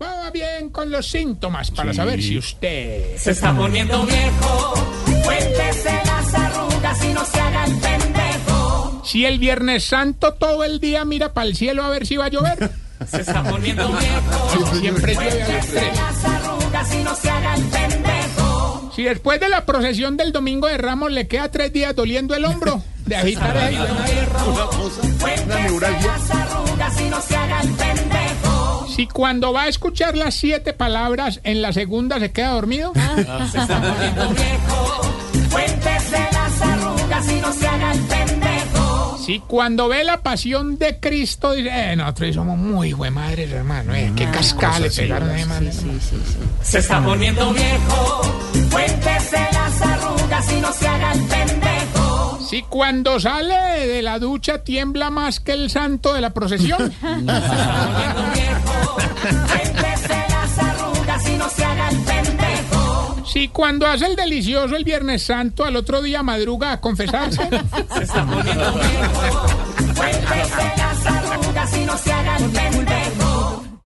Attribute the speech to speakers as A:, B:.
A: va bien con los síntomas para saber si usted...
B: Se está poniendo viejo. Cuéntese las arrugas y no se haga el pendejo.
A: Si el Viernes Santo todo el día mira para el cielo a ver si va a llover.
B: Se está poniendo viejo.
A: Siempre llueve a las
B: Cuéntese
A: tres.
B: las arrugas y no se haga el pendejo.
A: Si después de la procesión del Domingo de Ramos le queda tres días doliendo el hombro, de agitar ese hijo de madre.
C: Una cosa, una
B: Cuéntese
C: neuralgia.
B: las arrugas y no se haga el pendejo.
A: Si cuando va a escuchar las siete palabras, en la segunda se queda dormido.
B: Poniendo viejo. Cuéntese las arrugas y no se haga el pendejo.
A: Si cuando ve la pasión de Cristo, dice, eh, nosotros somos muy buen madres, hermano. Eh, qué cascada le pegaron a ese man, hermano.
B: Se está poniendo viejo. Cuéntese las arrugas y no se haga el pendejo.
A: Si cuando sale de la ducha tiembla más que el santo de la procesión.
B: Viejo, Cuéntese las arrugas y no se haga el pendejo.
A: Si cuando hace el delicioso el Viernes Santo, al otro día madruga a confesarse.
B: Viejo,